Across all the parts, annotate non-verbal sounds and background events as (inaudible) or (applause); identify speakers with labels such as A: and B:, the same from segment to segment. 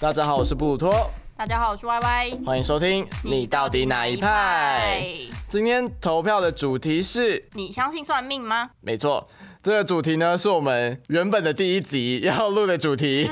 A: 大家好，我是布鲁托，
B: 大家好，我是 Y Y。
A: 欢迎收听。你到底哪一派？？今天投票的主题是，
B: 你相信算命吗？
A: 没错，这个主题呢是我们原本的第一集要录的主
B: (laughs)
A: 题。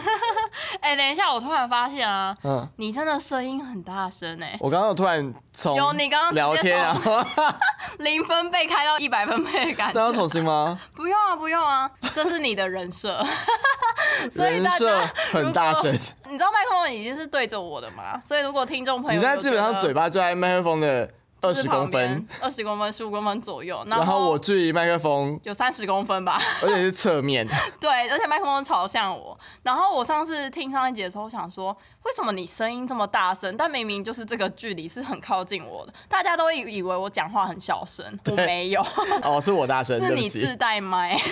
B: 哎、等一下，我突然发现啊，
A: 嗯，
B: 你真的声音很大声哎、
A: 我刚刚突然从
B: 有你刚刚直接
A: 聊天，然后
B: (laughs) 零分贝开到一百分贝的感
A: 那要
B: 觉。
A: 重新吗？
B: 不用啊，不用啊，这是你的
A: (laughs)
B: 人设。 (laughs) 所以
A: 人
B: 大
A: 设
B: 家
A: 很大声
B: 如，你知道麦克风已经是对着我的嘛？所以如果听众朋
A: 你
B: 友
A: 现在基本上嘴
B: 巴
A: 巴就在麦克风的二十公分，，
B: 二十公分、十五公分左右，
A: 然后我距离麦克风，
B: 有三十公分吧。
A: 而且是侧
B: (laughs)
A: 面，
B: 对，而且麦克风朝向我。然后我上次听上一集的时候，我想说，为什么你声音这么大声？但明明就是这个距离是很靠近我的，大家都会以为我讲话很小声，我没有，
A: 哦，是我大声，
B: 是
A: 对
B: 你
A: 不
B: 自
A: 起。
B: 带麦。 (laughs)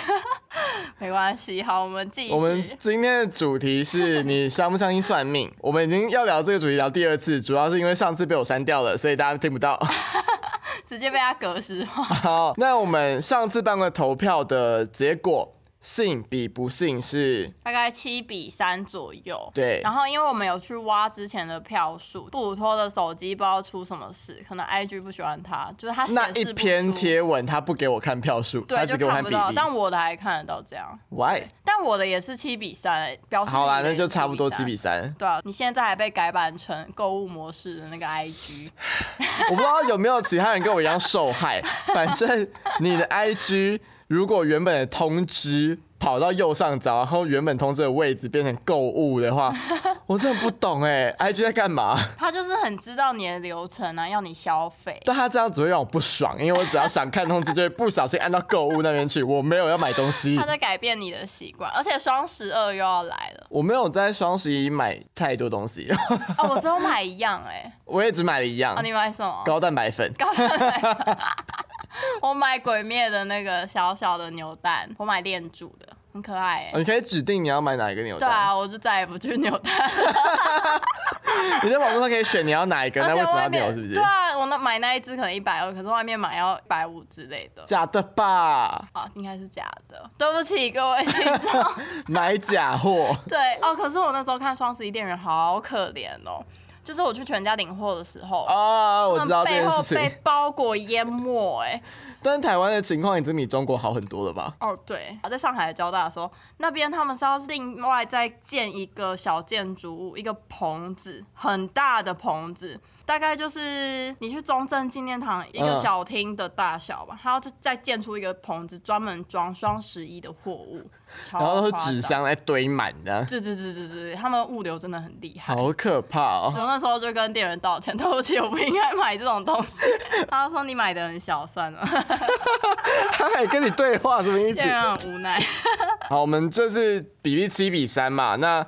B: 没关系，好，我们继续。
A: 我们今天的主题是你相不相信算命？ (laughs) 我们已经要聊这个主题聊第二次，主要是因为上次被我删掉了，所以大家听不到。 (laughs)
B: 直接被他格式化。
A: 好，那我们上次办过投票的结果，信比不信是
B: 大概七比三左右。
A: 对
B: 然后因为我们有去挖之前的票数，布鲁托的手机不知道出什么事，可能 IG 不喜欢他，就是他
A: 那
B: 显
A: 一
B: 示不
A: 篇
B: 出，
A: 贴文，他不给我看票数，他
B: 对，
A: 只
B: 就
A: 给我
B: 看不
A: 比
B: 到，
A: 例。
B: 但我的还看得到这样。
A: Why？
B: 但我的也是七比三、欸，表示
A: 好啦，
B: 你的
A: 那
B: 也
A: 就是差不多七比
B: 3。
A: 三。
B: 对啊，你现在还被改版成购物模式的那个 IG，
A: 我不知道有没有其他人跟我一样受害。 (laughs) 反正你的 IG 如果原本的通知跑到右上角，然后原本通知的位置变成购物的话， (laughs) 我真的不懂哎、IG 在干嘛？
B: (laughs) 他就是很知道你的流程啊，要你消费。
A: 但他这样只会让我不爽，因为我只要想看通知，就会不小心按到购物那边去。我没有要买东西
B: 他，在改变你的习惯，而且双十二又要来了
A: 我没有在双十一买太多东西， (laughs)
B: 哦！我只有买一样哎、欸，
A: 我也只买了一样
B: 哦，你买什么？
A: 高蛋白粉。
B: 高蛋白我买鬼灭的那个小小的扭蛋，我买恋主的，很可爱哎、
A: 哦你可以指定你要买哪一个牛
B: 对
A: 蛋，
B: 啊，我就再也不去扭蛋。
A: 你在网络上可以选你要哪一个，那
B: 而
A: 为
B: 且
A: 什么要
B: 外面
A: 牛？是不是
B: 对？啊，我那买那一只可能一百二，可是外面买要一百五之类的。
A: 假的吧？
B: 啊，应该是假的，对不起各位听众。 (laughs)
A: (laughs) 买假货。
B: 对哦，可是我那时候看双十一店员好可怜哦，就是我去全家领货的时候，
A: 啊，我
B: 他
A: 知
B: 们
A: 道这
B: 背
A: 件
B: 后
A: 事
B: 被
A: 情，
B: 包裹淹没哎、
A: 但是台湾的情况已经比中国好很多了吧？
B: 哦，对，在上海的交大的时候，那边他们是要另外再建一个小建筑物，一个棚子，很大的棚子，大概就是你去中正纪念堂一个
A: 嗯
B: 小厅的大小吧。他要再建出一个棚子，专门装双十一的货物，超
A: 然后都
B: 夸
A: 是纸
B: 张。
A: 箱来堆满的，
B: 对对对对对对，他们物流真的很厉害。
A: 好可怕哦！
B: 我那时候就跟店员道歉，对不起，我不应该买这种东西。他就说你买的很小，算了。
A: (laughs) 他还跟你对话，什么意思
B: (laughs) 店？员很无奈。
A: 好，我们这是比例七比三嘛。那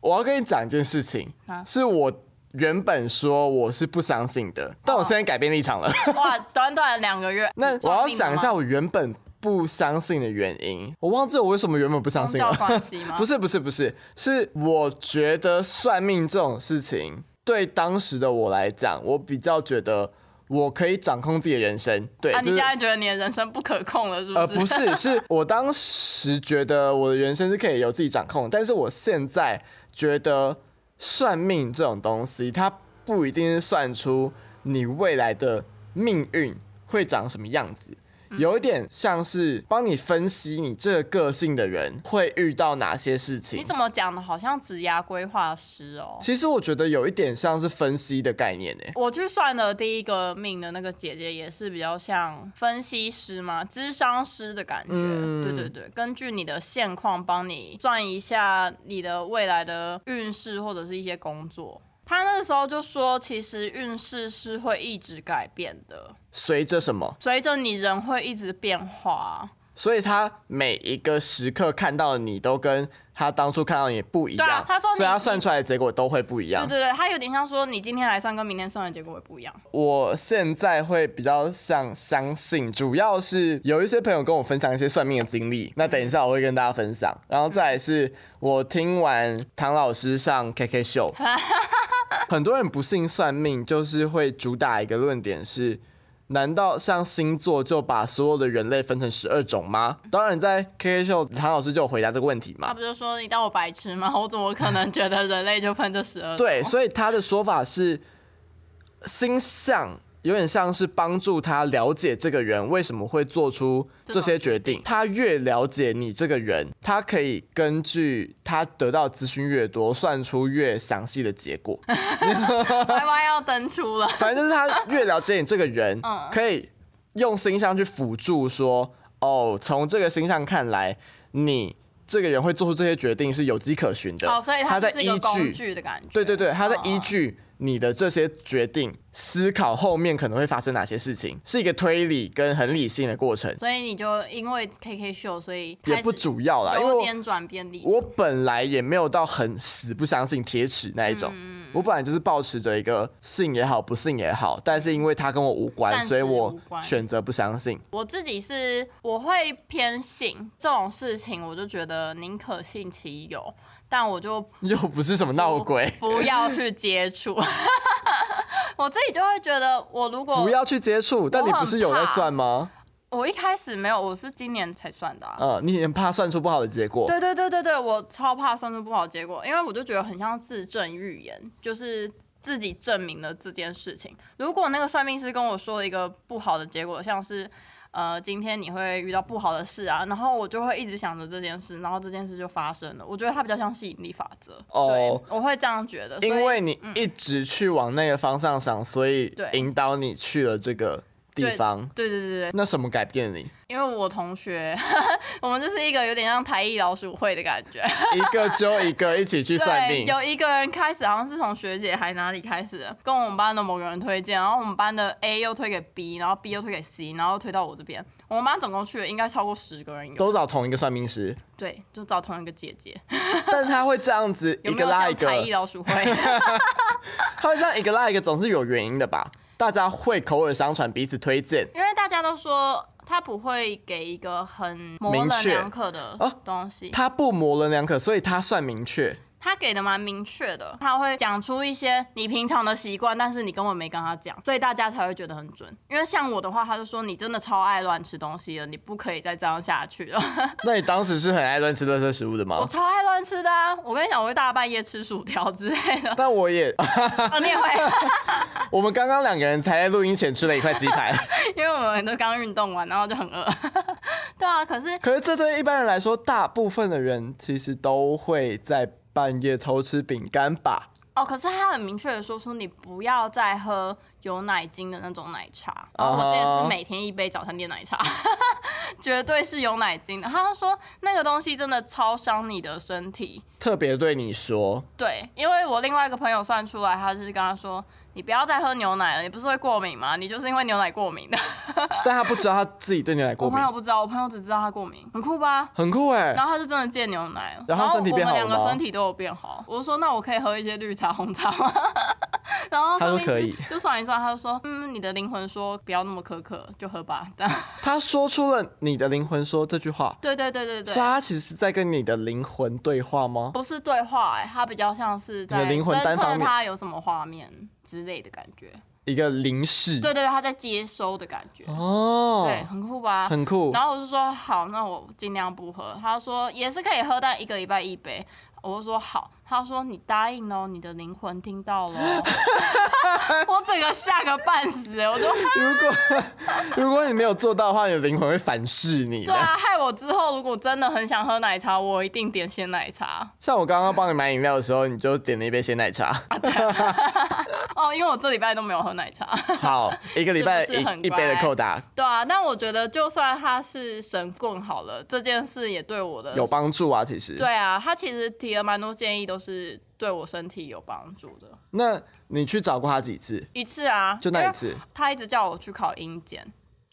A: 我要跟你讲一件事情
B: 啊，
A: 是我原本说我是不相信的，但我现在改变立场了。
B: 哇，短短两个月，
A: (laughs) 那
B: 你
A: 我
B: 撞
A: 要
B: 病了
A: 想一
B: 吗
A: 下我原本不相信的原因，我忘记我为什么原本不相
B: 宗
A: 信了
B: 教。关系吗？
A: 不是不是不是，是我觉得算命这种事情，对当时的我来讲，我比较觉得我可以掌控自己的人生。对，
B: 啊，你
A: 就
B: 现
A: 是
B: 在觉得你的人生不可控了，是不是？
A: 呃不是，是我当时觉得我的人生是可以由自己掌控的，但是我现在觉得算命这种东西，它不一定是算出你未来的命运会长什么样子。
B: 嗯
A: 有一点像是帮你分析你这个个性的人会遇到哪些事情，
B: (laughs) 你怎么讲的？好像职涯规划师哦。
A: 其实我觉得有一点像是分析的概念欸诶、
B: 我去算的第一个命的那个姐姐也是比较像分析师嘛，咨商师的感觉。
A: 嗯
B: 对对对，根据你的现况帮你算一下你的未来的运势或者是一些工作。他那个时候就说，其实运势是会一直改变的，
A: 随着什么？
B: 随着你人会一直变化。
A: 所以他每一个时刻看到的你都跟他当初看到你不一样，
B: 对啊他说你
A: 所以他算出来的结果都会不一样。
B: 对对对，他有点像说，你今天来算跟明天算的结果会不一样。
A: 我现在会比较像相信，主要是有一些朋友跟我分享一些算命的经历，那等一下我会跟大家分享。然后再来是我听完唐老师上 KK 秀，很多人不信算命，就是会主打一个论点是。难道像星座就把所有的人类分成十二种吗？当然，在 K K 秀，唐老师就有回答这个问题
B: 他
A: 嘛。
B: 不就说你当我白痴吗？我怎么可能觉得人类就分这十二？ (laughs)
A: 对，所以他的说法是，星象有点像是帮助他了解这个人为什么会做出这些决定。他越了解你这个人，他可以根据他得到资讯越多，算出越详细的结
B: (laughs)
A: 果。
B: ，Y Y 要登出了。
A: 反正就是他越了解你这个
B: (laughs)
A: 人，
B: 嗯
A: 可以用星象去辅助说，哦，从这个星象看来，你这个人会做出这些决定是有迹可循的。
B: 哦，所以
A: 他
B: 它
A: 在
B: 就是一
A: 依
B: 个工
A: 据，
B: 具的感觉。
A: 对对对，他在
B: 嗯
A: 依据你的这些决定思考后面可能会发生哪些事情，是一个推理跟很理性的过程，
B: 所以你就因为 KK 秀，所以开
A: 也
B: 始
A: 不主要啦，因为
B: 有
A: 我
B: 点转变力。
A: 我本来也没有到很死不相信铁齿那一
B: 嗯
A: 种，我本来就是抱持着一个信也好，不信也好，但是因为它跟我无关，
B: 暂时
A: 所以我
B: 无关
A: 选择不相信。
B: 我自己是我会偏信这种事情，我就觉得宁可信其有，但我就
A: 又不是什么闹鬼，
B: 不
A: (laughs)
B: 要去接触。 (laughs) 我自己就会觉得，我如
A: (laughs)
B: 果
A: 不要去接触。但你不是有在算吗？
B: 我一开始没有，我是今年才算的、啊。
A: 呃，你很怕算出不好的结果。
B: 对对对对对，我超怕算出不好结果，因为我就觉得很像自证预言，就是自己证明了这件事情。如果那个算命师跟我说了一个不好的结果，像是呃今天你会遇到不好的事啊，然后我就会一直想着这件事，然后这件事就发生了。我觉得它比较像吸引力法则，
A: 哦
B: 对，我会这样觉得，所以嗯
A: 因为你一直去往那个方向想，所以
B: 对
A: 引导你去了这个地方。
B: 对对对对，
A: 那什么改变你？
B: 因为我同学， (laughs) 我们就是一个有点像台艺老鼠会的感觉，
A: 一个揪一个一起去算
B: (laughs) 对，
A: 命。
B: 有一个人开始，好像是从学姐还哪里开始的，跟我们班的某个人推荐，然后我们班的 A 又推给 B，然后 B 又推给 C，然后推到我这边。我们班总共去了应该超过十个人有，
A: 都找同一个算命师，
B: 对，就找同一个姐姐，
A: 但他会这样子一
B: (laughs) 有没
A: 个
B: 有
A: 拉一
B: 像
A: 个，
B: 台艺老鼠会？
A: (laughs) 他会这样一个拉一个，总是有原因的吧？大家会口耳相传，彼此推荐。
B: 因为大家都说他不会给一个很模
A: 明
B: 棱
A: 确
B: 两可的
A: 啊
B: 东西，
A: 他不模棱两可，所以他算明确。
B: 他给的蛮明确的，他会讲出一些你平常的习惯，但是你根本没跟他讲，所以大家才会觉得很准。因为像我的话，他就说你真的超爱乱吃东西了，你不可以再这样下去了。
A: 那你当时是很爱乱吃垃圾食物的
B: (laughs) 我
A: 吗？。
B: 超爱乱吃的、啊，我跟你讲，我会大半夜吃薯条之类
A: (laughs)
B: 的
A: 但我也，
B: 啊，你也会，
A: 我们刚刚两个人才在录音前吃了一块鸡排，
B: 因为我们都刚运动完，然后就很饿。 (laughs) 对啊，可是
A: 可是这对一般人来说，大部分的人其实都会在半夜偷吃饼干吧？
B: 哦，可是他很明确的说出你不要再喝有奶精的那种奶茶。然后我之前
A: 啊哈
B: 是每天一杯早餐店奶茶， (laughs) 绝对是有奶精的。他就说那个东西真的超伤你的身体。
A: 特别对你说，
B: 对，因为我另外一个朋友算出来，他是跟他说。你不要再喝牛奶了，你不是会过敏吗？你就是因为牛奶过敏的。
A: 但他不知道他自己对牛奶过
B: 我
A: 敏
B: 朋，友不知道，我朋友只知道他过敏，很酷吧？
A: 很酷哎、
B: 然后他就真的戒牛奶了，
A: 然后身体变好了
B: 我们两
A: 吗
B: 个身体都有变好。我就说那我可以喝一些绿茶、红茶吗？ (laughs) 然后
A: 他说
B: 算命师
A: 可以
B: 就算一算，他就说嗯，你的灵魂说不要那么苛刻，就喝吧。 (laughs) 这样，
A: 他说出了你的灵魂说这句话，
B: 对对对对
A: 所以
B: 对，
A: 他其实是啊在跟你的灵魂对话吗？
B: 不是对话、欸，他比较像是
A: 你
B: 在
A: 的灵魂单
B: 侦
A: 方
B: 测
A: 面
B: 他有什么画面之类的感觉。
A: 一个灵视，
B: 对对对，他在接收的感觉，
A: 哦，
B: 对，很酷吧？
A: 很酷
B: 然。后我就说好，那我尽量不喝。他说也是可以喝，但一个礼拜一杯。我就说好。他说你答应喽，你的灵魂听到喽。 (laughs) 我整个吓个半死，欸我就
A: 如果如果你没有做到的话，你的灵魂会反噬你
B: 对
A: 的。
B: 啊，害我之后如果真的很想喝奶茶，我一定点鲜奶茶
A: 像我刚刚帮你买饮料的时候，你就点了一杯鲜奶
B: (laughs)
A: 茶。
B: 哦，因为我这礼拜都没有喝奶茶。 (laughs)
A: 好，一个礼拜
B: 是不是很
A: 一一杯的
B: 乖
A: 扣打
B: 对啊，但我觉得就算他是神棍好了，这件事也对我的
A: 有帮助啊，其实。
B: 对啊，他其实提了蛮多建议，都是对我身体有帮助的。
A: 那你去找过他几次？
B: 一次啊，
A: 就那
B: 因
A: 一
B: 为
A: 次。
B: 他一直叫我去考英检，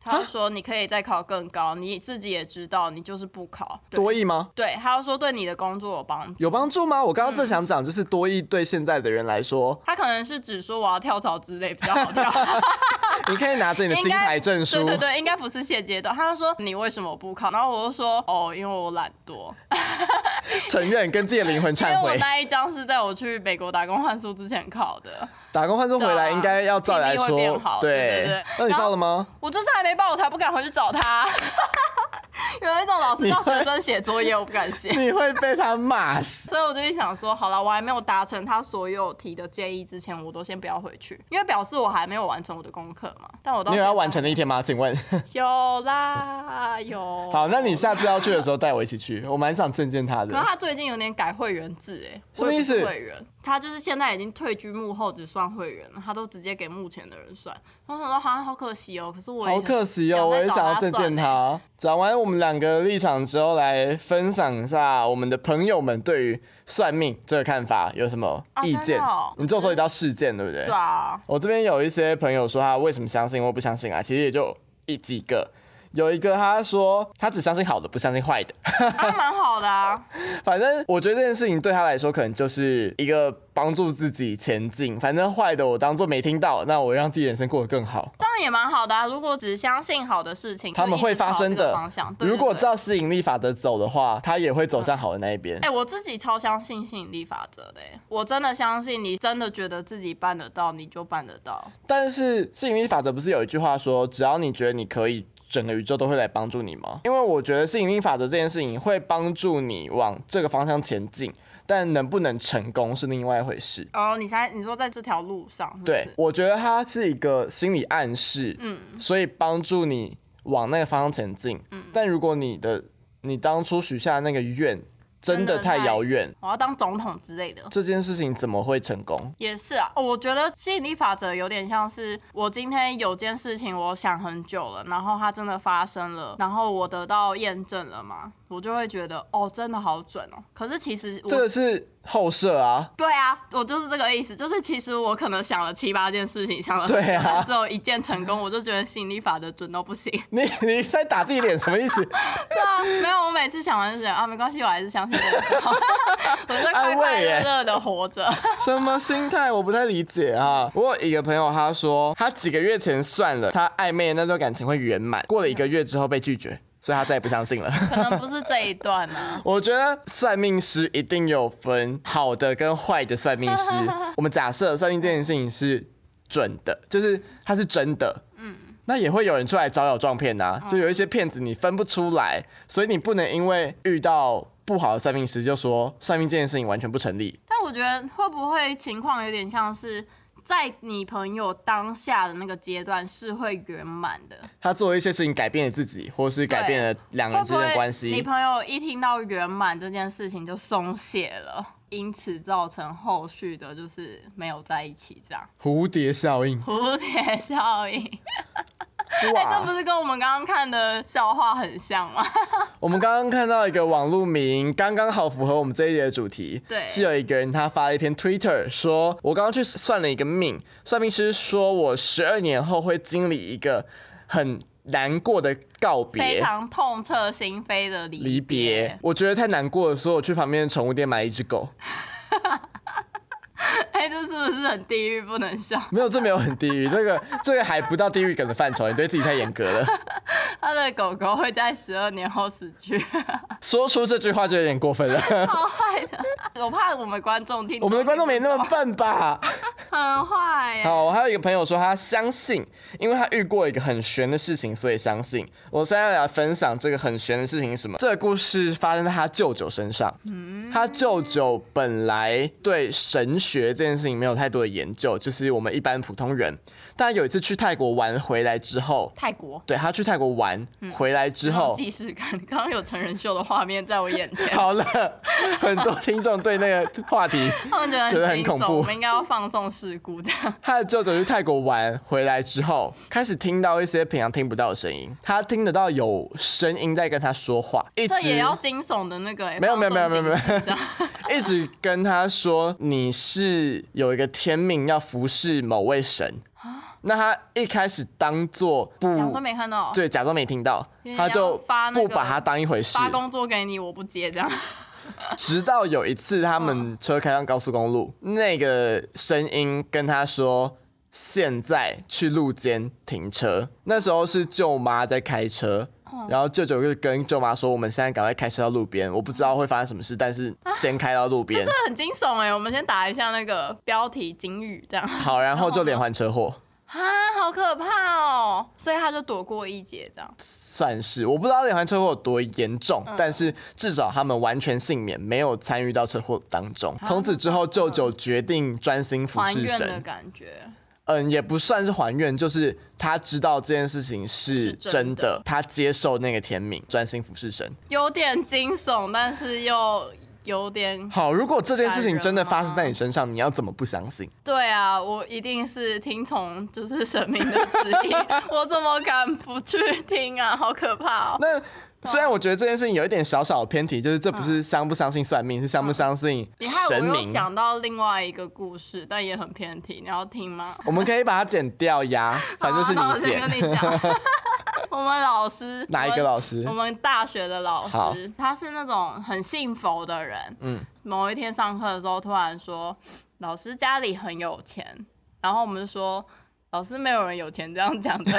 B: 他就说你可以再考更高，你自己也知道，你就是不考。对
A: 多益吗？
B: 对，他就说对你的工作有帮助。
A: 有帮助吗？我刚刚正想讲，就是多益对现在的人来说，
B: 他可能是只说我要跳槽之类比较好跳，
A: 你可以拿着你的
B: 嗯 (laughs) 应
A: 金
B: 该
A: 牌证书
B: 对，对对，应该不是现阶段。他就说你为什么不考？然后我就说哦，因为我懒惰。
A: 承认跟自己的灵魂
B: 因为
A: 忏
B: 我
A: 悔。
B: 那一张是在我去美国打工换宿之前考的，
A: 打工换宿回来应该要照理来
B: 对
A: 说
B: 啊比例会变好，对对对
A: 那你
B: 然后
A: 报了吗？
B: 我就是还没报，我才不敢回去找他。 (laughs) 有一种老师
A: 你
B: 叫
A: 会
B: 学生写作业，我不敢写。
A: 你会被他骂死。
B: 所以我就一想说，好了，我还没有达成他所有提的建议之前，我都先不要回去，因为表示我还没有完成我的功课嘛。但我到
A: 你有要
B: 现在
A: 完成的一天吗？请问。
B: 有啦，
A: (laughs)
B: 有。
A: 好，那你下次要去的时候带我一起去，我蛮想见见他
B: 可是
A: 的。
B: 他最近有点改会员制、欸，哎，
A: 什么意思
B: 会员，他就是现在已经退居幕后，只算会员了，他都直接给幕前的人算。我想说，好像好可惜哦、可是我也
A: 好可惜哦，我也
B: 再找
A: 想要见见
B: 算欸。
A: 他。讲完我们两个立场之后，来分享一下我们的朋友们对于算命这个看法有什么
B: 啊
A: 意
B: 真
A: 见
B: 的哦？
A: 你这时候也到事件，对不对？
B: 对啊，
A: 我这边有一些朋友说他为什么相信或不相信啊，其实也就一几个。有一个他说他只相信好的，不相信坏的。 (laughs)
B: 还蛮好的啊。 (laughs)
A: 反正我觉得这件事情对他来说，可能就是一个帮助自己前进。反正坏的我当做没听到，那我让自己人生过得更好。
B: 这样也蛮好的啊！如果只相信好的事情，
A: 他们
B: 就一
A: 会
B: 直朝
A: 发生
B: 这个
A: 的
B: 方向。。对
A: 如果，
B: 对对
A: 照吸引力法则走的话，他也会走向好的那一边
B: 哎、。我自己超相信吸引力法则的、欸，我真的相信你，真的觉得自己办得到，你就办得到。
A: 但是吸引力法则不是有一句话说，只要你觉得你可以，整个宇宙都会来帮助你吗？因为我觉得吸引力法则这件事情会帮助你往这个方向前进，但能不能成功是另外一回事。
B: 哦，你才你说在这条路上是不
A: 对
B: 是，
A: 我觉得它是一个心理暗示，
B: 嗯，
A: 所以帮助你往那个方向前进。但如果你的你当初许下的那个愿真
B: 真的
A: 的太
B: 太
A: 遥远，
B: 我要当总统之类的。
A: 这件事情怎么会成功？
B: 也是啊，哦我觉得吸引力法则有点像是我今天有件事情我想很久了，然后它真的发生了，然后我得到验证了嘛，我就会觉得哦，真的好准哦。可是其实我
A: 这个是后设啊，
B: 对啊，我就是这个意思，就是其实我可能想了七八件事情，想了
A: 对啊
B: 很久 (laughs) 只有一件成功，我就觉得吸引力法则准到不行。 (laughs)
A: 你 (laughs) 你在打自己脸什么意思？
B: 对啊，没有，我每次想完就觉得啊，没关系，我还是相信这个事， (laughs) 我就快
A: 安
B: 快
A: 慰耶
B: 乐乐的活着。
A: 什么心态？我不太理解啊。我有一个朋友，他说他几个月前算了，他暧昧的那段感情会圆满，过了一个月之后被拒绝，所以他再也不相信了。 (laughs)
B: 可能不是这一段啊，
A: 我觉得算命师一定有分好的跟坏的算命
B: (laughs)
A: 师。我们假设算命这件事情是准的，就是它是真的，嗯，那也会有人出来招摇撞骗呐、
B: 哦
A: 就有一些骗子你分不出来，所以你不能因为遇到不好的算命师就说算命这件事情完全不成立。
B: 但我觉得会不会情况有点像是。在你朋友当下的那个阶段是会圆满的，
A: 他做一些事情改变了自己，或是改变了两
B: 会
A: 人之
B: 不
A: 间的
B: 会
A: 关
B: 你
A: 系。
B: 朋友一听到圆满这件事情就松懈了，因此造成后续的就是没有在一起这样 (laughs)
A: 蝴蝶效应，
B: 蝴蝶效应？哎、这不
A: 哇！
B: 是跟我们刚刚看的笑话很像吗？
A: 我们刚刚看到一个网络名，刚刚好符合我们这一节的主题。
B: 对
A: 是有一个人他发了一篇 Twitter 说，我刚刚去算了一个命，算命师说我十二年后会经历一个很难过的告
B: 非
A: 别。
B: 常痛彻心扉的离
A: 离别，我觉得太难过了，所以我去旁边的宠物店买了一只狗。
B: (laughs) 哎、这是不是很地狱？不能笑。
A: 没有，这没有很地狱，这个 (laughs) 这个还不到地狱梗的范畴，你对自己太严格了。
B: 他的狗狗会在十二年后死去， (laughs)
A: 说出这句话就有点过分了。 (laughs)
B: 超坏的。我怕我们观众听，
A: 我们的观众没那么笨吧？
B: 很坏耶。
A: 好，我还有一个朋友说他相信，因为他遇过一个很悬的事情，所以相信。我现在来分享这个很悬的事情是什么？这个故事发生在他舅舅身上。他舅舅本来对神学这件事情没有太多的研究，就是我们一般普通人。但有一次去泰国玩回来之后，
B: 泰国
A: 对他去泰国玩回来之
B: 有
A: 后，
B: 既视感，刚刚有成人秀的画面在我眼前，
A: 好了，很多听众对那个话题
B: 他们觉得
A: 觉得很
B: 惊
A: 恐
B: 悚
A: 怖
B: 我们应该要放送事故的。
A: (laughs) 他的舅舅去泰国玩回来之后，开始听到一些平常听不到的声音，他听得到有声音在跟他说话，一
B: 这也
A: 直
B: 要惊悚的那个、欸？
A: 没有没有没有没有没有
B: 放松警示这样
A: (laughs) 一直跟他说你是有一个天命要服侍某位神。那他一开始当做不
B: 啊假装没看到，
A: 对，假装没听到
B: 因，为
A: 他就
B: 要发那
A: 不
B: 个
A: 把他当一回事。
B: 发工作给你，我不接这样。
A: 直到有一次他们
B: 嗯
A: 车开上高速公路，那个声音跟他说。
B: 嗯
A: 现在去路肩停车，那时候是舅妈在开车，然后舅舅就跟舅妈说，我们现在赶快开车到路边，我不知道会发生什么事，但是先开到路边。
B: 这很惊悚哎、我们先打一下那个标题警语，这样 (laughs)
A: 好，然后就连环车祸，
B: 啊，好可怕哦、所以他就躲过一劫，这样
A: 算是我不知道连环车祸有多严重，
B: 嗯
A: 但是至少他们完全幸免，没有参与到车祸当中。从此之后，舅舅决定专心服
B: 嗯还
A: 侍
B: 愿的
A: 神，
B: 感觉。
A: 嗯，也不算是还愿，就是他知道这件事情是
B: 是真
A: 真
B: 的
A: 的，他接受那个天命，专心服侍神。
B: 有点惊悚，但是又有点
A: 好，如果这件事
B: 感
A: 情
B: 人
A: 真的发生在
B: 吗
A: 你身上，你要怎么不相信？
B: 对啊，我一定是听从就是神明的指
A: (laughs)
B: 引，我怎么敢不去听啊？好可怕哦！
A: 那虽然我觉得这件事情有一点小小的偏题，就是这不是相不相信算命，是相不相信
B: 嗯你害
A: 神
B: 我又
A: 明。
B: 想到另外一个故事，但也很偏题，你要听吗？
A: 我们可以把它剪掉
B: (laughs)
A: 呀，反正是
B: 好啊那我
A: 你
B: 先
A: 剪。
B: 跟你讲， (laughs) 我们老师
A: 哪一个老师
B: 我？们大学的老
A: 好
B: 师，他是那种很信佛的人。
A: 嗯
B: 嗯，某一天上课的时候，突然说老师家里很有钱，然后我们就说老师没有人有钱这样讲
A: (laughs)
B: 的。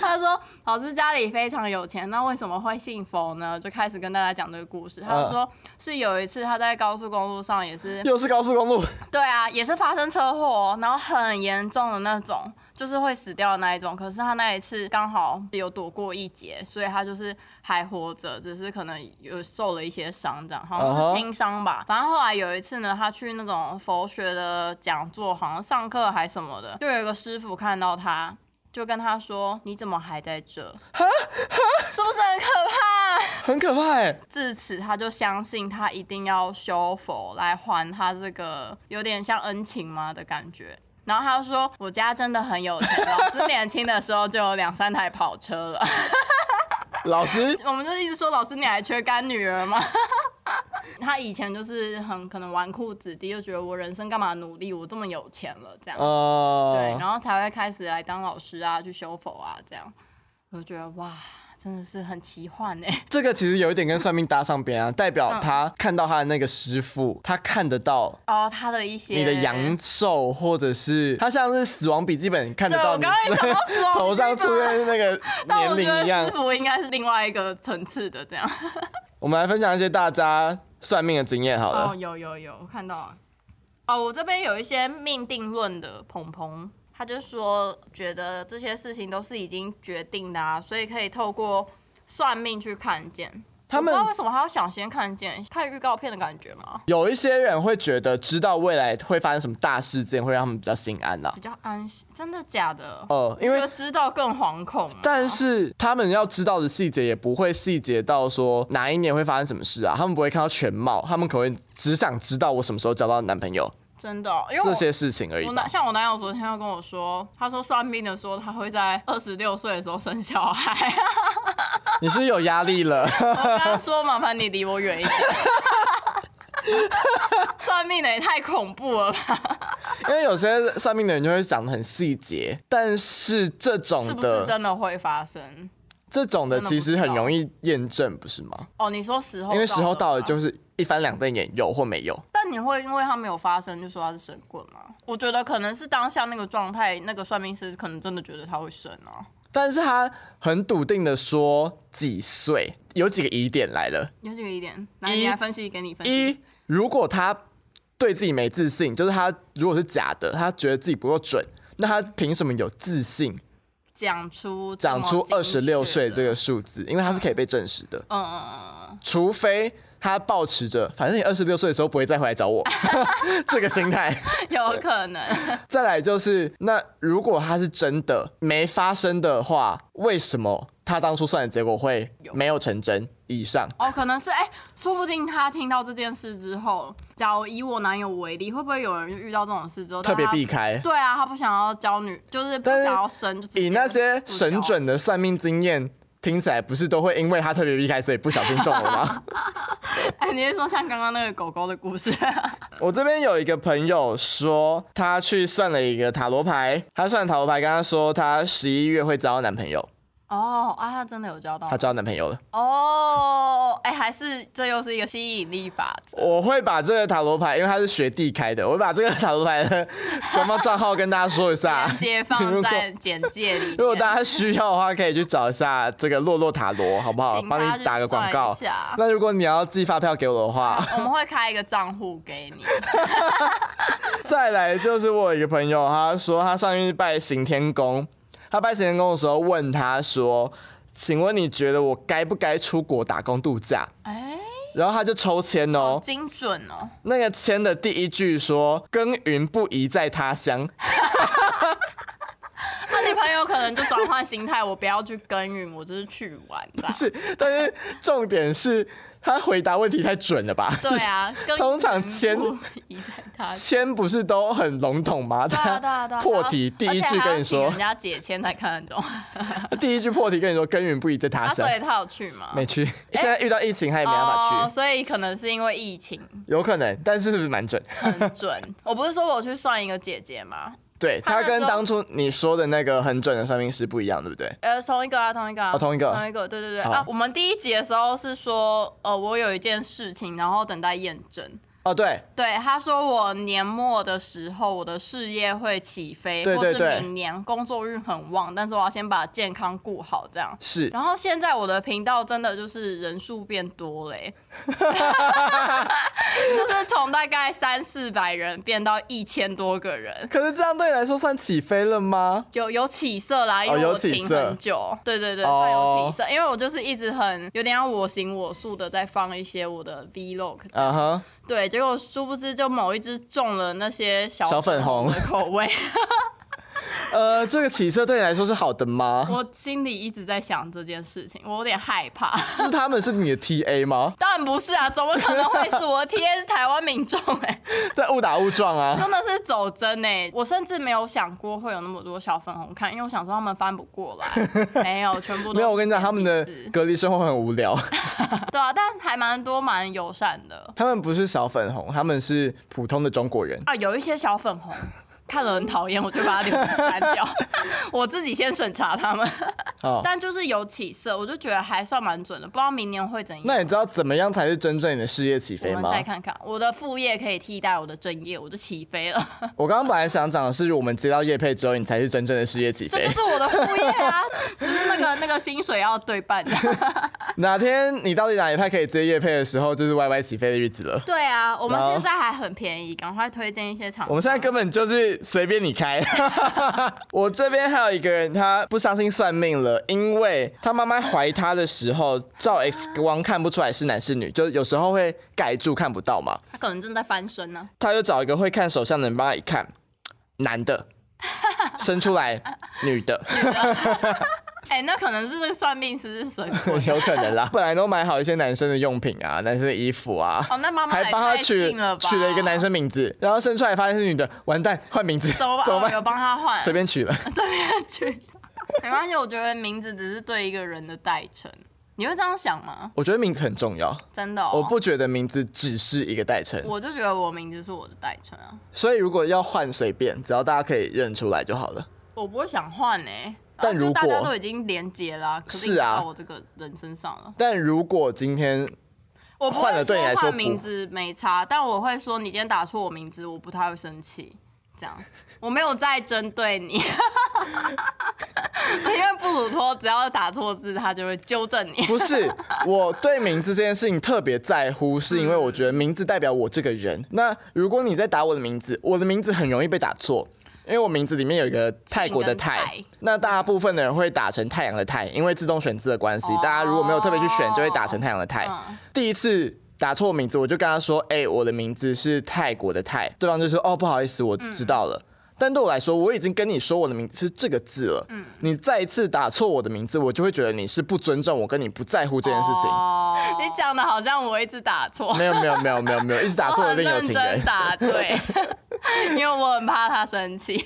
B: 他说老师家里非常有钱，那为什么会信佛呢？就开始跟大家讲这个故事。他就
A: 嗯
B: 说是有一次他在高速公路上也是
A: 又是高速公路，
B: 对啊，也是发生车祸哦，然后很严重的那种，就是会死掉的那一种。可是他那一次刚好有躲过一劫，所以他就是还活着，只是可能有受了一些伤，这样好
A: 嗯
B: 像
A: 哼
B: 是轻伤吧。反正后来有一次呢，他去那种佛学的讲座，好像上课还什么的，就有一个师傅看到他。就跟他说：“你怎么还在这？是不是很可怕？”
A: 很可怕哎。
B: 自此，他就相信他一定要修佛来还他这个有点像恩情嘛的感觉。然后他就说：“我家真的很有钱，老子年轻的时候就有两三台跑车
A: (laughs)
B: 了。
A: 老师”，
B: 我们就一直说：“老师，你还缺干女儿吗？” (laughs) 他以前就是很可能纨绔子弟，就觉得我人生干嘛努力，我这么有钱了这样。
A: 哦
B: 对，
A: 呃，
B: 然后才会开始来当老师啊，去修佛啊这样。我就觉得哇，真的是很奇幻哎、
A: 这个其实有一点跟算命搭上边啊，代
B: 嗯
A: 表他看到他的那个师傅，他看得到。
B: 哦，他的一些
A: 你的阳寿，或者是他像是《死亡笔记本》看得
B: 对，
A: 到
B: 我
A: 你
B: 刚刚也
A: (laughs)
B: 想到死亡
A: 头上出现那个
B: 但我
A: 年
B: 觉
A: 龄
B: 得
A: 一样
B: 师。傅应该是另外一个层次的这样。
A: 我们来分享一些大家算命的经验好了。
B: 哦，有有有，我看到了。哦，我这边有一些命定论的鹏鹏，他就说觉得这些事情都是已经决定的啊，所以可以透过算命去看见。
A: 他们
B: 我不知道为什么他要想先看见，看预告片的感觉吗？
A: 有一些人会觉得知道未来会发生什么大事件，会让他们比较心安啦、
B: 比较安心，真的假的？
A: 呃，因
B: 就
A: 为
B: 知道更惶恐啊。
A: 但是他们要知道的细节也不会细节到说哪一年会发生什么事啊，他们不会看到全貌，他们可能只想知道我什么时候交到男朋友
B: 真的哦、因为
A: 这
B: 我
A: 些事情而已
B: 我
A: 吧
B: 男。像我男友昨天要跟我说，他说算命的说他会在二十六岁的时候生小孩， (laughs)
A: 你是不是有压力了？
B: 我跟他说麻烦你离我远一点。 (laughs) 算命的也太恐怖了吧？
A: 因为有些算命的人就会讲的很细节，但是这种
B: 是不是
A: 的
B: 真的会发生？
A: 这种的
B: 真的
A: 其
B: 不
A: 实
B: 知
A: 很
B: 道
A: 容易验证，不是吗？
B: 哦，你说时候
A: 因为时候到了
B: 吧
A: 就是一翻两瞪眼，有或没有。
B: 但你会因为他没有发生就说他是神棍吗？我觉得可能是当下那个状态，那个算命师可能真的觉得他会生啊，
A: 但是他很笃定的说几岁，有几个疑点来了。
B: 有这个疑点。来，
A: 一
B: 你来分析，给你分析。
A: 一，如果他对自己没自信，就是他如果是假的，他觉得自己不够准，那他凭什么有自信
B: 讲出这么
A: 讲出
B: 精
A: 二十六岁
B: 确
A: 这
B: 的，
A: 个数字？因为他是可以被证实的，
B: 嗯嗯嗯嗯嗯。
A: 除非他抱持着反正你二十六岁的时候不会再回来找我这个心态。
B: 有可能，
A: 再来就是，那如果他是真的没发生的话，为什么他当初算的结果会没有成真？以上。
B: 哦，可能是哎、说不定他听到这件事之后，假如以我男友为例，会不会有人遇到这种事之后
A: 特别
B: 但他
A: 避开。
B: 对啊，他不想要交女，就是不
A: 但是
B: 想要生，就直接
A: 以那些
B: 不交
A: 神准的算命经验，听起来不是都会因为他特别避开，所以不小心中了吗？
B: (laughs) 哎，你是说像刚刚那个狗狗的故事？
A: (laughs) 我这边有一个朋友说，他去算了一个塔罗牌，他算塔罗牌跟他说他十一月会找到男朋友，
B: 哦啊，他真的有交到
A: 她交男朋友了。
B: 哦，哎、还是这又是一个吸引力法则。
A: 我会把这个塔罗牌，因为它是学弟开的，我会把这个塔罗牌的官方账号跟大家说一
B: (laughs)
A: 下。
B: 解
A: 如
B: 放
A: 果
B: 在简介里
A: (laughs)
B: 面，
A: 如果大家需要的话，可以去找一下这个洛洛塔罗，好不好？
B: 请
A: 帮
B: 大家
A: 你打个广
B: (laughs)
A: 告
B: 去算一。下
A: 那如果你要寄发票给我的话， (laughs)
B: 我们会开一个账户给你。
A: 再来就是我有一个朋友，他说他上去拜行天宫，他拜行天宫的时候问他说：“请问你觉得我该不该出国打工度假
B: 哎、？”
A: 然后他就抽签
B: 好
A: 哦，
B: 精准哦！
A: 那个签的第一句说：“耕耘不宜在他乡。”
B: 那你朋友可能就转换心态，我不要去耕耘，我就是去玩吧。
A: (laughs) 是，但是重点是他回答问题太准了吧？
B: 对啊，耕耘
A: 通常签
B: 不宜在他
A: 就是，签不是都很笼统吗？
B: 对啊对
A: 他
B: 啊对
A: (laughs)
B: 啊，
A: 破题第一
B: 啊而且
A: 句
B: 还要
A: 跟你
B: 请
A: 说
B: 人，家解签才看得懂。
A: (laughs) 第一句破题跟你说耕耘不宜在他
B: 啊，
A: 乡
B: 所，以他有去吗？
A: 没去。 (laughs) 现在遇到疫情，他也没办法
B: 哦，
A: 去，
B: 所以可能是因为疫情
A: 有可能，但是是不是蛮准？
B: 很
A: (laughs)
B: 准。我不是说我去算一个姐姐吗？
A: 对，
B: 他
A: 他
B: 那
A: 跟
B: 时候
A: 当初你说的那个很准的算命师不一样，对不对？
B: 呃，同一个啊，同一个、啊
A: 哦同一个
B: 同一个，对对对
A: 好
B: 啊。我们第一集的时候是说，呃，我有一件事情，然后等待验证。
A: 哦，对，
B: 对，他说我年末的时候，我的事业会起飞，
A: 对对
B: 或
A: 对
B: 是明年工作运很旺，但是我要先把健康顾好，这样。
A: 是。
B: 然后现在我的频道真的就是人数变多嘞、
A: (laughs)
B: 就是从大概三四百人变到一千多个人，
A: 可是这样对你来说算起飞了吗？
B: 有有起色啦，因
A: 哦
B: 为
A: 有
B: 我
A: 起
B: 停
A: 色
B: 很久，对对对，
A: 哦
B: 算有起色，因为我就是一直很有点要我行我素的在放一些我的 vlog，
A: 啊哈，
B: 对，结果殊不知就某一只中了那些小
A: 小粉红
B: 的口味，
A: 呃，这个起色对你来说是好的吗？
B: 我心里一直在想这件事情，我有点害怕。
A: 就是他们是你的 TA 吗？
B: 当然不是啊，怎么可能会是我的 (laughs) T A 是台湾民众哎、
A: 在误打误撞啊。
B: 真的是走真哎、我甚至没有想过会有那么多小粉红看，因为我想说他们翻不过来，没有，全部都
A: 没有，我跟你讲，他们的
B: 是粉丝
A: 隔离生活很无聊。 (laughs)
B: 对啊，但还蛮多蛮友善的
A: 他们不是小粉红，他们是普通的中国人。
B: 啊，有一些小粉红。看了很讨厌，我就把它留言删掉。 (laughs) 我自己先审查他们，
A: 哦，
B: 但就是有起色，我就觉得还算蛮准的。不知道明年会怎样，
A: 那你知道怎么样才是真正你的事业起
B: 我
A: 飞
B: 们
A: 吗？
B: 再看看。我的副业可以替代我的正业，我就起
A: (laughs)
B: 飞了。
A: 我刚刚本来想讲的是，我们接到业配之后，你才是真正的事业起
B: 这
A: 飞
B: (laughs) 就。是我的副业啊，就是那
A: (laughs)
B: 个那个薪水要对半的。 (laughs)
A: 哪天你到底哪一派可以接业配的时候，就是 YY 起飞的日子了。
B: 对啊，我们
A: 好
B: 现在还很便宜，赶快推荐一些厂商。
A: 我们现在根本就是随便你开。 (laughs) 我这边还有一个人，他不相信算命了，因为他妈妈怀他的时候照 X 光看不出来是男是女，就有时候会盖住看不到嘛。
B: 他可能正在翻身呢、
A: 他就找一个会看手相的人帮他一看，男
B: (laughs)
A: 的，生出来女的，
B: 哎、那可能是那个算命师
A: (laughs)
B: 是神鬼
A: 有可能啦。本来都买好一些男生的用品啊，男生的衣服啊，
B: 哦。那妈妈
A: 还帮他
B: 太
A: 取
B: 信了吧？
A: 取了一个男，生名字，然后生出来发现是女的，完蛋，换名字，
B: (laughs) 怎么办？
A: 怎么
B: 哦有
A: 办？
B: 帮他换，
A: 随便取了，
B: 随便取的。没关系，我觉得名字只是对一个人的代称。你会这样想吗？
A: 我觉得名字很重要，
B: 真的、哦，
A: 我，不觉得名字只是一个代称，
B: 我就觉得我名字是我的代称啊，
A: 所以如果要换随便，只要大家可以认出来就好了。
B: 我不会想换哎、
A: 但
B: 然后就
A: 如
B: 大家
A: 果
B: 都已经连结啦、可
A: 是啊
B: 到我这个人身上了。
A: 但如果今天
B: 我不
A: 换
B: 会
A: 了对你来
B: 说
A: 说
B: 换
A: 不
B: 名字没差，但我会说你今天打错我名字，我不太会生气。这样， (laughs) 我没有在针对你， (laughs) 因为布鲁托只要打错字，他就会纠正你。
A: 不是，我对名字这件事情特别在乎，是
B: 嗯
A: 因为我觉得名字代表我这个人。那如果你在打我的名字，我的名字很容易被打错，因为我名字里面有一个泰国的
B: 姓
A: 泰
B: 跟泰，
A: 那大部分的人会打成太阳的太，因为自动选字的关系，
B: 哦
A: 大家如果没有特别去选，就会打成太阳的太。
B: 嗯
A: 第一次。打错名字，我就跟他说：“哎、我的名字是泰国的泰。”对方就说：“哦，不好意思，我
B: 嗯
A: 知道了。但对我来说，我已经跟你说我的名字是这个字了。
B: 嗯
A: 你再一次打错我的名字，我就会觉得你是不尊重我，跟你不在乎这件事情。
B: 哦，你讲的好像我一直打错， (laughs)
A: 没有没有没有没有没有，一直打错
B: 我
A: 的另
B: 很
A: 有
B: 认
A: 情人
B: 真。打对。 (laughs) 因为我很怕他生气，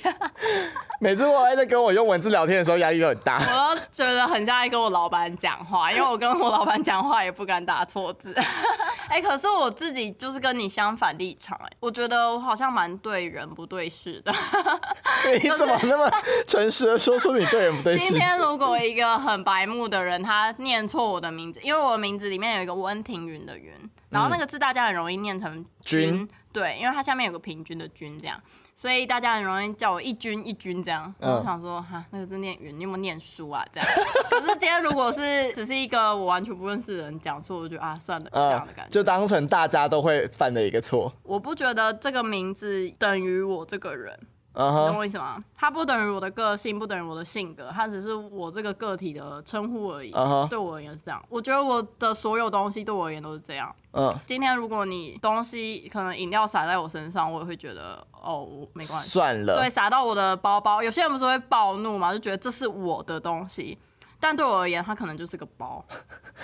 A: 每次我还在跟我用文字聊天的时候，压力都很大。
B: 我都觉得很像在跟我老板讲话，因为我跟我老板讲话也不敢打错字。 (laughs) 哎、可是我自己就是跟你相反立场、哎，我觉得我好像蛮对人不对事的。
A: (laughs) 你怎么那么诚实的说出你对人不对
B: 今
A: 事？
B: 天如果一个很白目的人，他念错我的名字，因为我的名字里面有一个温庭筠的筠，然后那个字大家很容易念成
A: 君
B: 对，因为它下面有个平均的均这样，所以大家很容易叫我一君一君这样。
A: 嗯
B: 我想说哈，那个字念筠，你有没有念书啊？这样。 (laughs) 可是今天如果是只是一个我完全不认识的人讲错，我就觉得啊算了这样的感觉。
A: 就当成大家都会犯的一个错。
B: 我不觉得这个名字等于我这个人。
A: 嗯
B: 你懂
A: 哼，
B: 我意思吗？它不等于我的个性，不等于我的性格，它只是我这个个体的称呼而已。
A: 嗯哼
B: 对我而言是这样，我觉得我的所有东西对我而言都是这样。
A: 嗯，
B: 今天如果你东西可能饮料洒在我身上，我也会觉得哦，我没关系。
A: 算了
B: 对，，洒到我的包包，有些人不是会暴怒嘛，就觉得这是我的东西，但对我而言，它可能就是个包。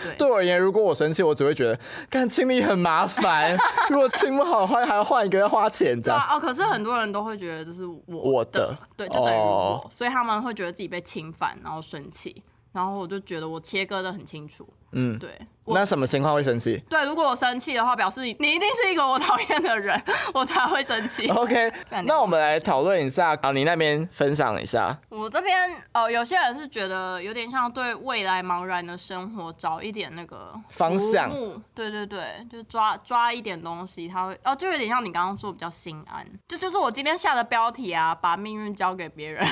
B: 对，
A: (laughs) 对我而言，如果我生气，我只会觉得干清理很麻
B: (laughs)
A: 烦，如果清不好的话，还要换一个要花钱这
B: 对
A: 样。
B: 啊，哦，可是很多人都会觉得这是我
A: 我的
B: 对，就等于我，
A: 哦
B: 所以他们会觉得自己被侵犯，然后生气，然后我就觉得我切割的很清楚，
A: 嗯，
B: 对我。
A: 那什么情况会生气
B: 对，如果我生气的话，表示你一定是一个我讨厌的人，我才会生气。
A: ？OK，
B: 那你
A: 那我们来讨论一下，啊，你那边分享一下。
B: (laughs) 我这边呃，有些人是觉得有点像对未来茫然的生活找一点那个
A: 方向
B: 浮木对对对，就抓抓一点东西，他会哦，就有点像你刚刚说比较心安，这就是我今天下的标题啊，把命运交给别人，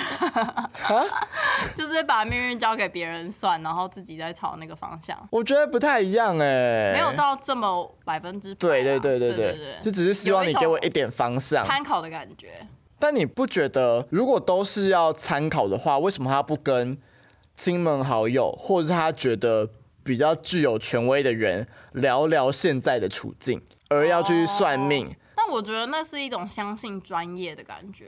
B: (laughs) 就是把命运交给别人算，然后自己再朝那个方向，
A: 我觉得不太一样哎、
B: 没有到这么百分之百啊、
A: 对对对
B: 对
A: 对对
B: 对，
A: 就只是希望你给我一点方向。
B: 参考的感觉。
A: 但你不觉得，如果都是要参考的话，为什么他不跟亲朋好友，或者是他觉得比较具有权威的人聊聊现在的处境，而要
B: 哦
A: 去算命？
B: 但我觉得那是一种相信专业的感觉，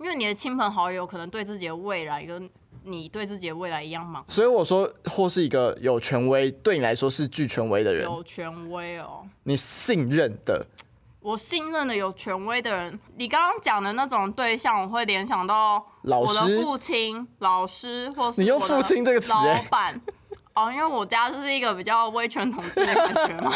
B: 因为你的亲朋好友可能对自己的未来跟你对自己的未来一样忙，
A: 所以我说，或是一个有权威，对你来说是具权威的人，
B: 有权威哦。
A: 你信任的，
B: 我信任的有权威的人，你刚刚讲的那种对象，我会联想到
A: 老
B: 我
A: 师
B: 的父亲、老师，或是
A: 你用
B: 我的
A: 父亲这个词
B: 老
A: 欸
B: 板。哦，因为我家就是一个比较威权统治的感
A: (laughs)
B: 觉嘛，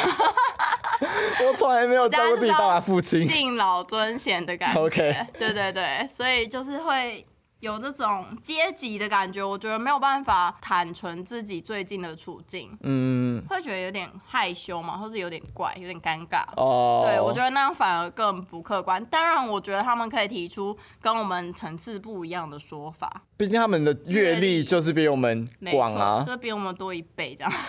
A: 我从来没有叫过自己爸爸父亲。
B: 敬老尊贤的感觉。
A: OK
B: 对对对，所以就是会有这种阶级的感觉，我觉得没有办法坦诚自己最近的处境，
A: 嗯，
B: 会觉得有点害羞嘛，或是有点怪，有点尴尬。
A: 哦，
B: 对，我觉得那样反而更不客观。当然，我觉得他们可以提出跟我们层次不一样的说法，
A: 毕竟他们的阅
B: 阅
A: 历
B: 历
A: 就是比我们
B: 没
A: 广
B: 错，
A: 啊。
B: 就比我们多一倍这样。 (laughs)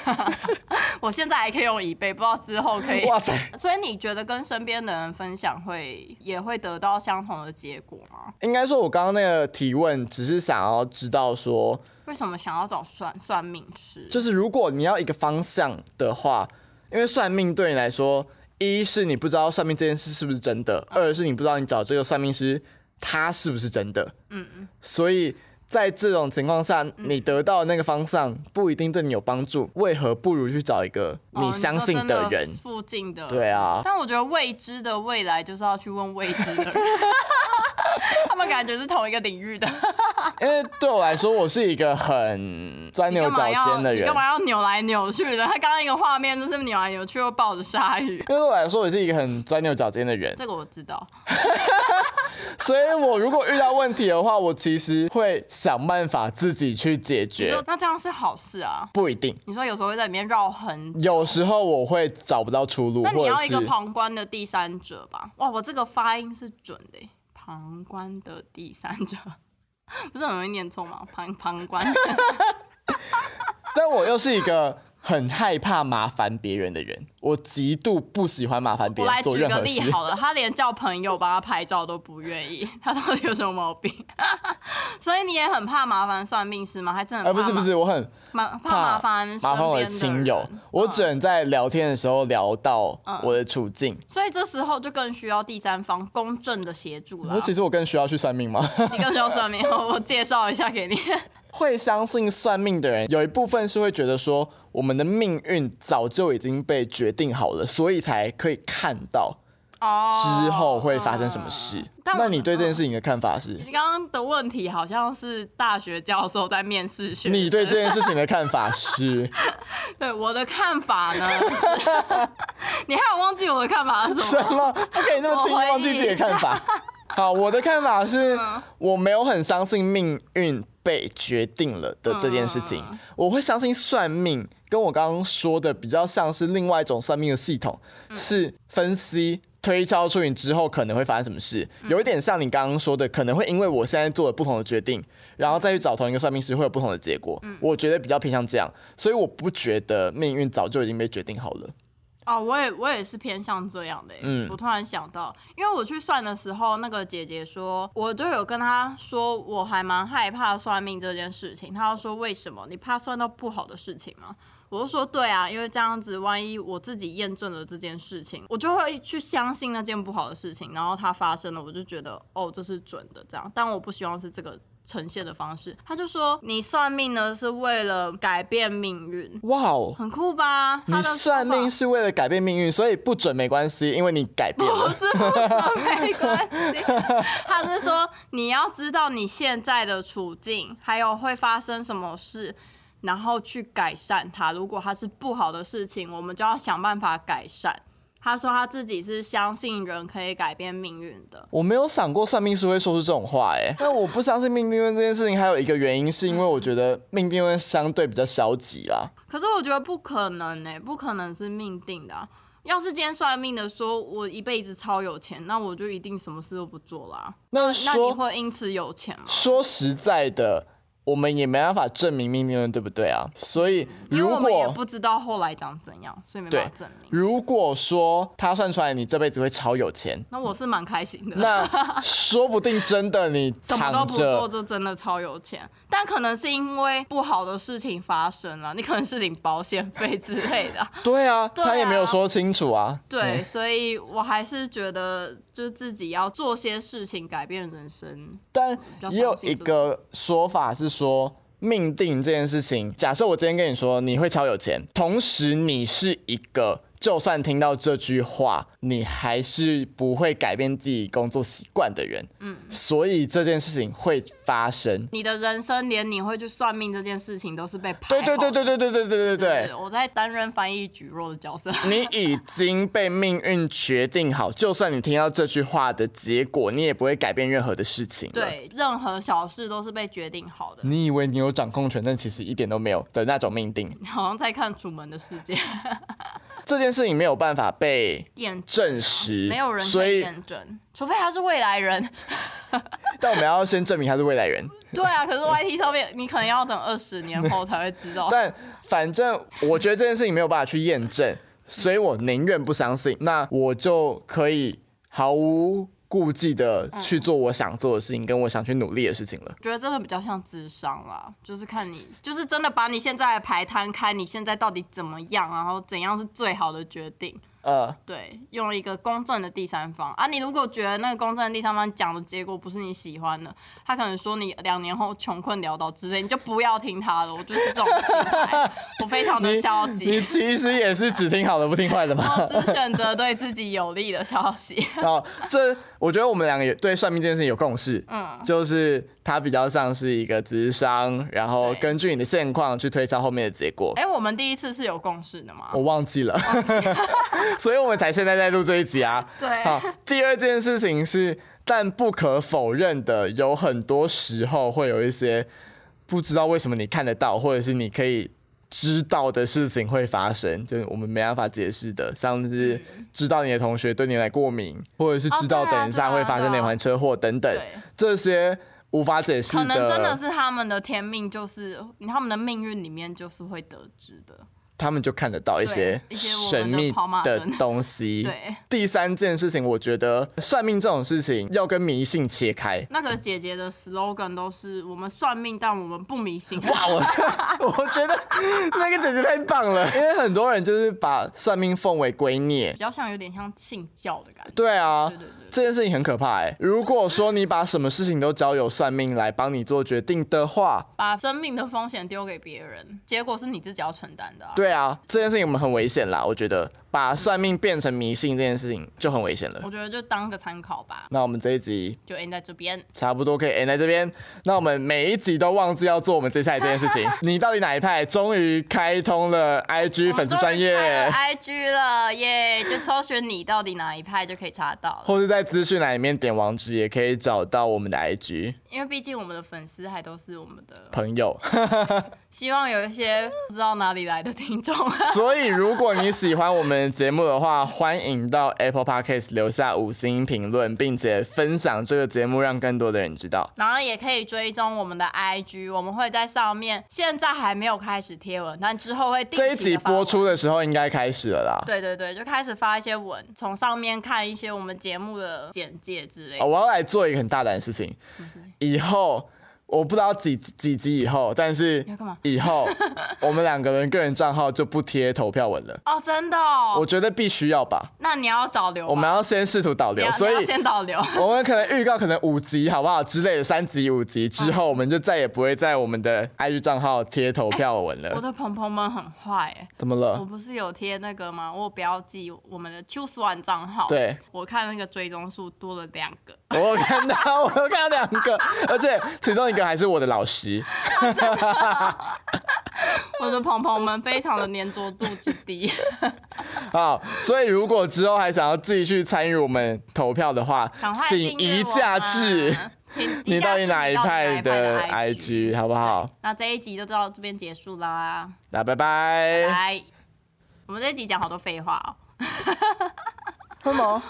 B: 我现在还可以用一倍，不知道之后可以
A: 哇塞，
B: 所以你觉得跟身边的人分享会也会得到相同的结果吗？
A: 应该说，我刚刚那个提问只是想要知道说，
B: 为什么想要找算算命师？
A: 就是如果你要一个方向的话，因为算命对你来说，一是你不知道算命这件事是不是真的，二是你不知道你找这个算命师他是不是真的。嗯嗯。所以在这种情况
B: 嗯
A: 下，你得到的那个方向不一定对你有帮助，为何不如去找一个
B: 哦
A: 你相信
B: 说真的
A: 人？
B: 附近的，
A: 对
B: (laughs)
A: 啊
B: 但我觉得未知的未来就是要去问未知的人， (laughs) 他们感觉是同一个领域的。
A: 因为对我来说，我是一个很钻
B: 你
A: 牛
B: 干嘛
A: 角
B: 要
A: 尖的
B: 你
A: 人
B: 干。嘛要扭来扭去的？他刚刚一个画面就是扭来扭去，又抱着
A: (laughs)
B: 鲨鱼。
A: 因为对我来说，我是一个很钻牛角尖的人，
B: 这个我知道，
A: 所以我如果遇到问题的话，我其实会想办法自己去解
B: 你
A: 决
B: 说。那这样是好事啊？
A: 不一定，
B: 你说有时候会在里面绕很
A: 有时候我会找不到出路，
B: 那你
A: 或者
B: 要一个
A: 是
B: 旁观的第三者吧？哇，我这个发音是准的耶，旁观的第三者， (laughs) 不是很容易念错吗？旁旁观，
A: 但我又是一个很害怕麻烦别人的人， (laughs) 我极度不喜欢麻烦别
B: 我
A: 人
B: 来
A: 做
B: 举
A: 任
B: 个
A: 何事 (laughs)
B: 例。好了，他连叫朋友帮他拍照都不愿意，他到底有什么毛病？ (laughs) 所以你也很怕麻烦算命师吗？还是很
A: 呃，
B: 怕
A: 不是不是，我很
B: 麻麻怕麻烦身
A: 麻烦我的
B: 边
A: 亲
B: 人
A: 友，我只能在聊天的时候聊到
B: 嗯
A: 我的处境。
B: 所以这时候就更需要第三方公正的协助
A: 我
B: 了
A: 说，。其实我更需要去算命吗？
B: 你更需要算命，我介绍一下给你。
A: 会相信算命的人，有一部分是会觉得说，我们的命运早就已经被决定好了，所以才可以看到。(laughs)
B: 哦
A: 之后会发生什么事。
B: 但我
A: 那你对这件事情的看法是
B: 嗯你？刚刚的问题好像是大学教授在面试学生，
A: 你对这件事情的看法是？
B: 对我的看法呢？
A: (laughs)
B: 是你还有忘记我的看法是什
A: 什
B: 么？
A: 么？不可以那么轻易
B: 我回忆
A: 忘记自己的看法。 (laughs) 好，我的看法是，
B: 嗯
A: 我没有很相信命运被决定了的这件事情。
B: 嗯
A: 我会相信算命，跟我刚刚说的比较像是另外一种算命的系统，
B: 嗯
A: 是分析。推敲出你之后可能会发生什么事，
B: 嗯
A: 有一点像你刚刚说的，可能会因为我现在做了不同的决定，然后再去找同一个算命师，会有不同的结果。
B: 嗯
A: 我觉得比较偏向这样，所以我不觉得命运早就已经被决定好了。
B: 哦，我也我也是偏向这样的耶、欸
A: 嗯
B: 我突然想到，因为我去算的时候，那个姐姐说，我就有跟她说，我还蛮害怕算命这件事情。她就说，为什么？你怕算到不好的事情吗？我就说，对啊，因为这样子，万一我自己验证了这件事情，我就会去相信那件不好的事情，然后它发生了，我就觉得哦，这是准的这样。但我不希望是这个。呈现的方式，她就说你算命呢是为了改变命运，
A: 哇哦，
B: 很酷吧？她
A: 你
B: 的说
A: 算
B: 法
A: 命是为了改变命运，所以不准没关系，因为你改变
B: 不 (laughs)
A: 了。
B: 是不准没关系， (laughs) 他是说你要知道你现在的处境，还有会发生什么事，然后去改善它。如果它是不好的事情，我们就要想办法改善。他说他自己是相信人可以改变命运的，
A: 我没有想过算命师会说出这种话、哎，那我不相信命定论这件事情，还有一个原因是因为我觉得命定论相对比较消极啦。
B: 可是我觉得不可能呢、不可能是命定的啊、要是今天算命的说我一辈子超有钱，那我就一定什么事都不做啦、
A: 那
B: 嗯那你
A: 说
B: 会因此有钱吗？
A: 说实在的，我们也没办法证明命定论，对不对啊？所以
B: 因
A: 如
B: 为我们也
A: 果
B: 不知道后来长怎样，所以没办法证明。
A: 如果说他算出来你这辈子会超有钱，
B: 那我是蛮开心的， (laughs)
A: 那说不定真的你
B: 什么都
A: 躺
B: 不做
A: 着。
B: 就真的超有钱，但可能是因为不好的事情发生了，你可能是领保险费之
A: (laughs)
B: 类的，
A: 对啊，
B: 对
A: 他也没有
B: 啊
A: 说清楚啊。
B: 对，所以我还是觉得就是自己要做些事情改变人生。
A: 但
B: 较
A: 也有
B: 相信
A: 一
B: 这
A: 个说法是说，命定这件事情，假设我今天跟你说你会超有钱，同时你是一个就算听到这句话，你还是不会改变自己工作习惯的人，嗯，所以这件事情会发生。
B: 你的人生连你会去算命这件事情都是被
A: (laughs) 对
B: 排
A: 对对
B: 好的
A: 对对对对对对对嗯
B: 是，我在担任翻译举弱的角色。 (laughs)
A: 你已经被命运决定好，就算你听到这句话的结果，你也不会改变任何的事情。，
B: 对，任何小事都是被决定好的。
A: 你以为你有掌控权，但其实一点都没有的那种命定。
B: 好像在看《楚门的世界》 (laughs)
A: 这件事情没有办法被
B: 验证。
A: 证实，
B: 没有人
A: 所
B: 可以
A: 以
B: 验证，除非他是未来人。
A: 但我们要先证明他是未来
B: (laughs)
A: 人。 (laughs)
B: 对啊，可是 YT 上面你可能要等二十年后才会
A: (laughs)
B: 知道。
A: 但反正我觉得这件事情没有办法去验证，所以我宁愿不相信，那我就可以毫无顾忌的去做我想做的事情，跟我想去努力的事情了。
B: 我觉得真的比较像智商啦，就是看你，就是真的把你现在的牌摊开，你现在到底怎么样，然后怎样是最好的决定。
A: 呃，
B: 对，用一个公正的第三方啊，你如果觉得那个公正的第三方讲的结果不是你喜欢的，他可能说你两年后穷困潦倒之类，你就不要听他的。我就是这种心
A: (laughs)
B: 态，我非常的
A: 你
B: 消
A: 你
B: 极，
A: 其实也是只听好的不听坏的吧？
B: (laughs) 我只选择对自己有利的消息。 (laughs)
A: 哦，这我觉得我们两个也对算命这件事情有共识，
B: 嗯
A: 就是它比较像是一个智商，然后
B: 对
A: 根据你的现况去推敲后面的结果。
B: 哎、我们第一次是有共识的吗？
A: 我忘记
B: (laughs)
A: 了，所以我们才现在在录这一集啊。
B: 对
A: 好，第二件事情是，但不可否认的，有很多时候会有一些不知道为什么你看得到，或者是你可以知道的事情会发生，就是我们没办法解释的，像是知道你的同学对你来过敏，或者是
B: 嗯哦
A: 知道
B: 对啊
A: 等一下
B: 对啊
A: 会发生
B: 对啊
A: 连环车祸等等
B: 对，啊
A: 这些无法解释
B: 可能真的是他们的天命，就是他们的命运里面就是会得知的。
A: 他们就看得到一些
B: 对一些我们的
A: 神秘
B: 跑马
A: 的
B: 灯
A: 东西。
B: (laughs) 对，
A: 第三件事情，我觉得算命这种事情要跟迷信切开。
B: 那个姐姐的 slogan 都是我们算命，但我们不迷信。
A: 哇，哦我 (laughs) 我觉得那个姐姐太棒了，因为很多人就是把算命奉为圭臬
B: 比。较像有点像信教的感觉。
A: 对啊，
B: 对对对
A: 这件事情很可怕哎、如果说你把什么事情都交由算命来帮你做决定的话，
B: 把生命的风险丢给别人，结果是你自己要承担的、啊。
A: 对啊，这件事情我们很危险啦，我觉得。把算命变成迷信这件事情就很危险了
B: 我。觉得就当个参考吧，
A: 那我们这一集
B: 就 end 在这边。
A: 差不多可以 end 在这边。那我们每一集都忘记要做我们接下来这件事
B: (laughs)
A: 情。你到底哪一派？终于开通了 IG 粉丝专
B: 我们终于开了
A: 业，
B: IG 了耶就搜寻你到底哪一派就可以查到
A: (laughs)
B: 了，
A: 或是在资讯栏里面点网址，也可以找到我们的 IG
B: 因为毕竟我们的粉丝还都是我们的，
A: 朋
B: (laughs)
A: 友。
B: 希望有一些不知道哪里来的听众。
A: 所以，如果你喜欢我们的节目的话，欢迎到 Apple Podcast 留下五星评论，并且分享这个节目，让更多的人知道。
B: 然后也可以追踪我们的 IG，我们会在上面，现在还没有开始贴文，但之后会定期
A: 这
B: 地
A: 一集
B: 发文
A: 播出的时候应该开始了啦。
B: 对对对，就开始发一些文，从上面看一些我们节目的简介之类的
A: 哦，。我要来做一个很大胆的事情，以后我不知道几几集以后，但是
B: 你要干嘛
A: 以
B: (laughs)
A: 后我们两个人个人账号就不贴投票文了。
B: 哦，真的、哦，
A: 我觉得必须要吧，
B: 那你要导流吧，
A: 我们要先试图导
B: 你
A: 流
B: 要，
A: 所
B: 你要
A: 以 (laughs)
B: 先导流。
A: 我们可能预告可能五集好不好之类的，三集五
B: 嗯
A: 集之后，我们就再也不会在我们的 IG 账号贴投票文
B: 我
A: 了。
B: 的朋朋们很坏哎、
A: 怎么
B: 我
A: 了？
B: 不是有贴那个吗？我有标记我们的 Choose One 账号，
A: 对，
B: 我看那个追踪数多了两个，
A: 我有看到， (laughs) 我有看到两个，而且其中一个还是我的老师。
B: 我的朋朋们非常的粘着度之低。
A: (laughs) 好，所以如果之后还想要继续参与我们投票的话
B: 赶，快
A: 请
B: 订阅
A: 一
B: 我
A: 价
B: 们
A: (laughs) 制，
B: 请
A: 你
B: 一
A: 到
B: 价
A: 底
B: 制
A: 哪一
B: 一
A: 派
B: 的
A: 的 IG 好不好？
B: 那这一集就到这边结束啦，
A: 那拜拜。
B: 来，我们这一集讲好多废话哦。
A: 为什么？